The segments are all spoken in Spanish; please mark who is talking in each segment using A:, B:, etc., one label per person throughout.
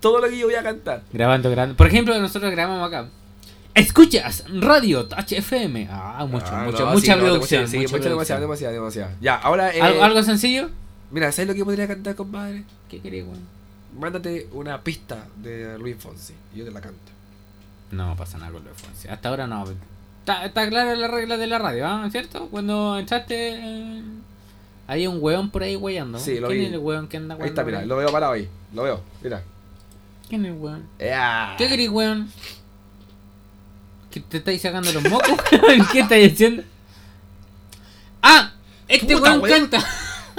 A: todo lo que yo voy a cantar.
B: Grabando, grabando. Por ejemplo, nosotros grabamos acá. Escuchas Radio HFM. Ah, mucho,
A: Ah,
B: mucho,
A: no, sí,
B: mucha
A: no,
B: producción.
A: demasiado, sí,
B: mucha
A: mucho, demasiado,
B: producción.
A: demasiado, demasiado. Ya, ahora. eh,
B: ¿Algo, algo sencillo?
A: Mira, ¿sabes lo que podría cantar, compadre?
B: ¿Qué querés, weón?
A: Mándate una pista de Luis Fonsi. y Yo te la canto.
B: No pasa nada con lo de Fonsi. Hasta ahora no. Está, está clara la regla de la radio, ¿ah? ¿cierto? Cuando entraste. eh, Hay un weón por ahí weyando.
A: Sí, lo
B: ¿Quién
A: vi.
B: es el weón que anda
A: Ahí está,
B: weyando
A: mira,
B: por
A: lo veo parado ahí. Lo veo, mira.
B: ahí? ¿Quién es el weón?
A: ¡Ea!
B: ¿Qué querés, weón? ¿Que te estáis sacando los mocos? weón? ¿Qué estáis haciendo? ¡Ah! Este
A: Puta,
B: weón,
A: weón.
B: canta.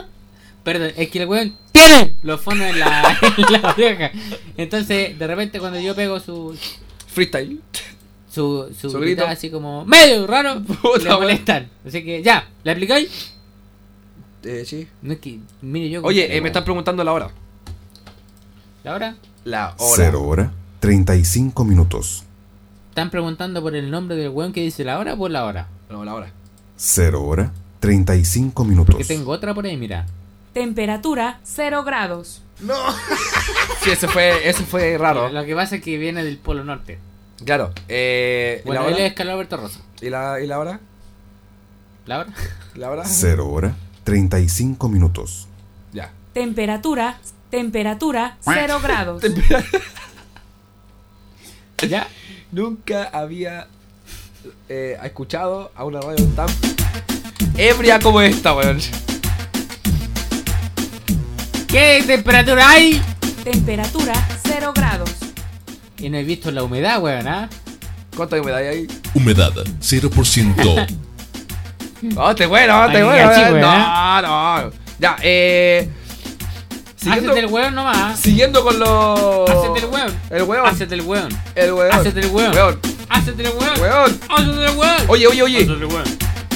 B: Perdón, es que el weón tiene los fondos en la, en la oreja. Entonces, de repente, cuando yo pego su,
A: Freestyle.
B: su, su,
A: Su
B: grita
A: grito.
B: así como medio raro,
A: Puta,
B: le
A: weón.
B: molestan. Así que ya, ¿la aplicáis?
A: Eh, sí.
B: No es que, mire yo.
A: Oye, eh, me están preguntando la hora.
B: ¿La hora?
A: La hora.
C: 0 hora 35 minutos.
B: ¿Están preguntando por el nombre del weón que dice la hora o por la hora?
A: No, la hora.
C: 0 hora 35 minutos.
B: Que
A: Pues.
B: tengo otra por ahí, mira.
D: Temperatura 0 grados.
A: Sí, ese fue, ese fue raro.
B: Lo que pasa es que viene del Polo Norte.
A: Claro. Eh, ¿y,
B: Bueno,
A: la
B: él
A: hora?
B: es Carlos Alberto Rosa.
A: ¿Y, la, ¿Y la hora?
B: ¿La hora?
A: ¿La hora?
C: 0 hora 35 minutos.
A: Ya.
D: Temperatura, temperatura 0 grados.
B: ¿Ya?
A: Nunca había eh, escuchado a una radio tan ebria como esta, weón.
B: ¿Qué temperatura hay?
D: Temperatura 0 grados.
B: Y no he visto la humedad, weón, ¿ah?
A: ¿Cuánta humedad hay ahí?
E: Humedad 0%.
A: No, Oh, te bueno, te
B: Mm. Ay,
A: bueno.
B: gachi,
A: eh.
B: weón,
A: No, no. Ya, eh. Siguiendo,
B: Hacete el weón nomás. ¿ah?
A: siguiendo con los.
B: Hacete el weón.
A: El weón.
B: Hacete el weón.
A: el weón.
B: Hacete el weón.
A: Weón.
B: Hacete el weón.
A: Weón.
B: Hacete el weón.
A: Oye, oye, oye.
B: Hacete el weón.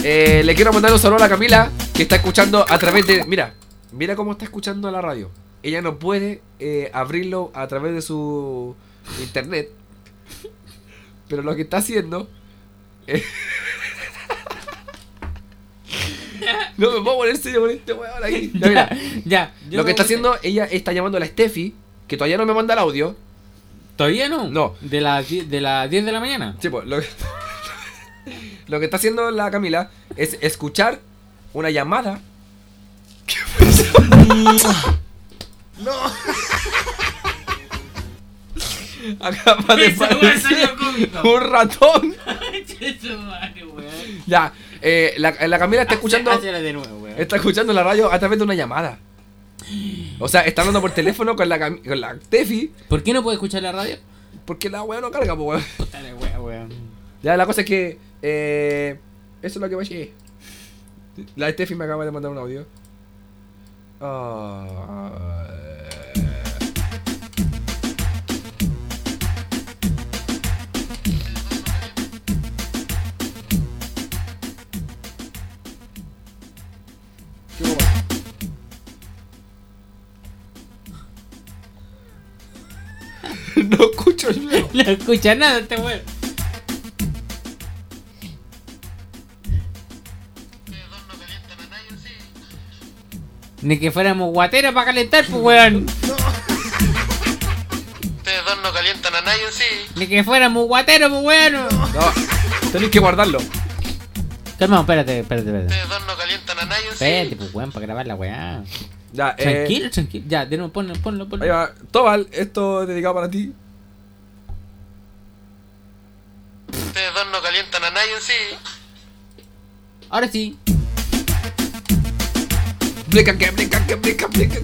A: Eh, le quiero mandar un saludo a la Camila que está escuchando a través de. Mira, mira cómo está escuchando a la radio. Ella no puede eh, abrirlo a través de su internet. Pero lo que está haciendo. eh, no me puedo poner serio con este weón aquí. Ya, mira.
B: Ya.
A: Lo que está haciendo, ella está llamando a la Steffi, que todavía no me manda el audio.
B: ¿Todavía no?
A: No.
B: De las die- de las 10 de la mañana.
A: Sí, pues, lo, lo que está haciendo la Camila es escuchar una llamada. no. Acaba de
B: Esa weá
A: aparecer
B: salió cómico.
A: un ratón.
B: Escuchando.
A: Ya, eh, la, la Camila está escuchando,
B: Hácela de nuevo, weón.
A: está escuchando la radio a través de una llamada. O sea, está hablando por teléfono con la, Cam- con la Tefi
B: ¿Por qué no puede escuchar la radio?
A: porque la weá no carga, pues weón.
B: Puta la weá, weón.
A: Ya, la cosa es que. Eh, eso es lo que va a llegar. La Steffi me acaba de mandar un audio. Ah. ¿Qué hubo? No escucho el ruido.
B: No escucha nada este weón. Ni que fuéramos guateros para calentar, pues weón.
F: Ustedes dos no calientan a nadie en sí.
B: Ni que fuéramos guateros, pues weón.
A: No, tenéis que guardarlo.
B: Calma, espérate, espérate, espérate.
F: Ustedes dos no calientan a nadie en
B: Espérate,
F: sí.
B: pues weón, para grabar la weá.
A: Ya, eh,
B: Tranquilo, tranquilo. Ya, de nuevo, ponlo, ponlo, ponlo.
A: Ahí va. Tobal, esto es dedicado para ti.
F: Ustedes dos no calientan a nadie en sí.
B: Ahora sí.
A: Blica que, blica que, blica, blica.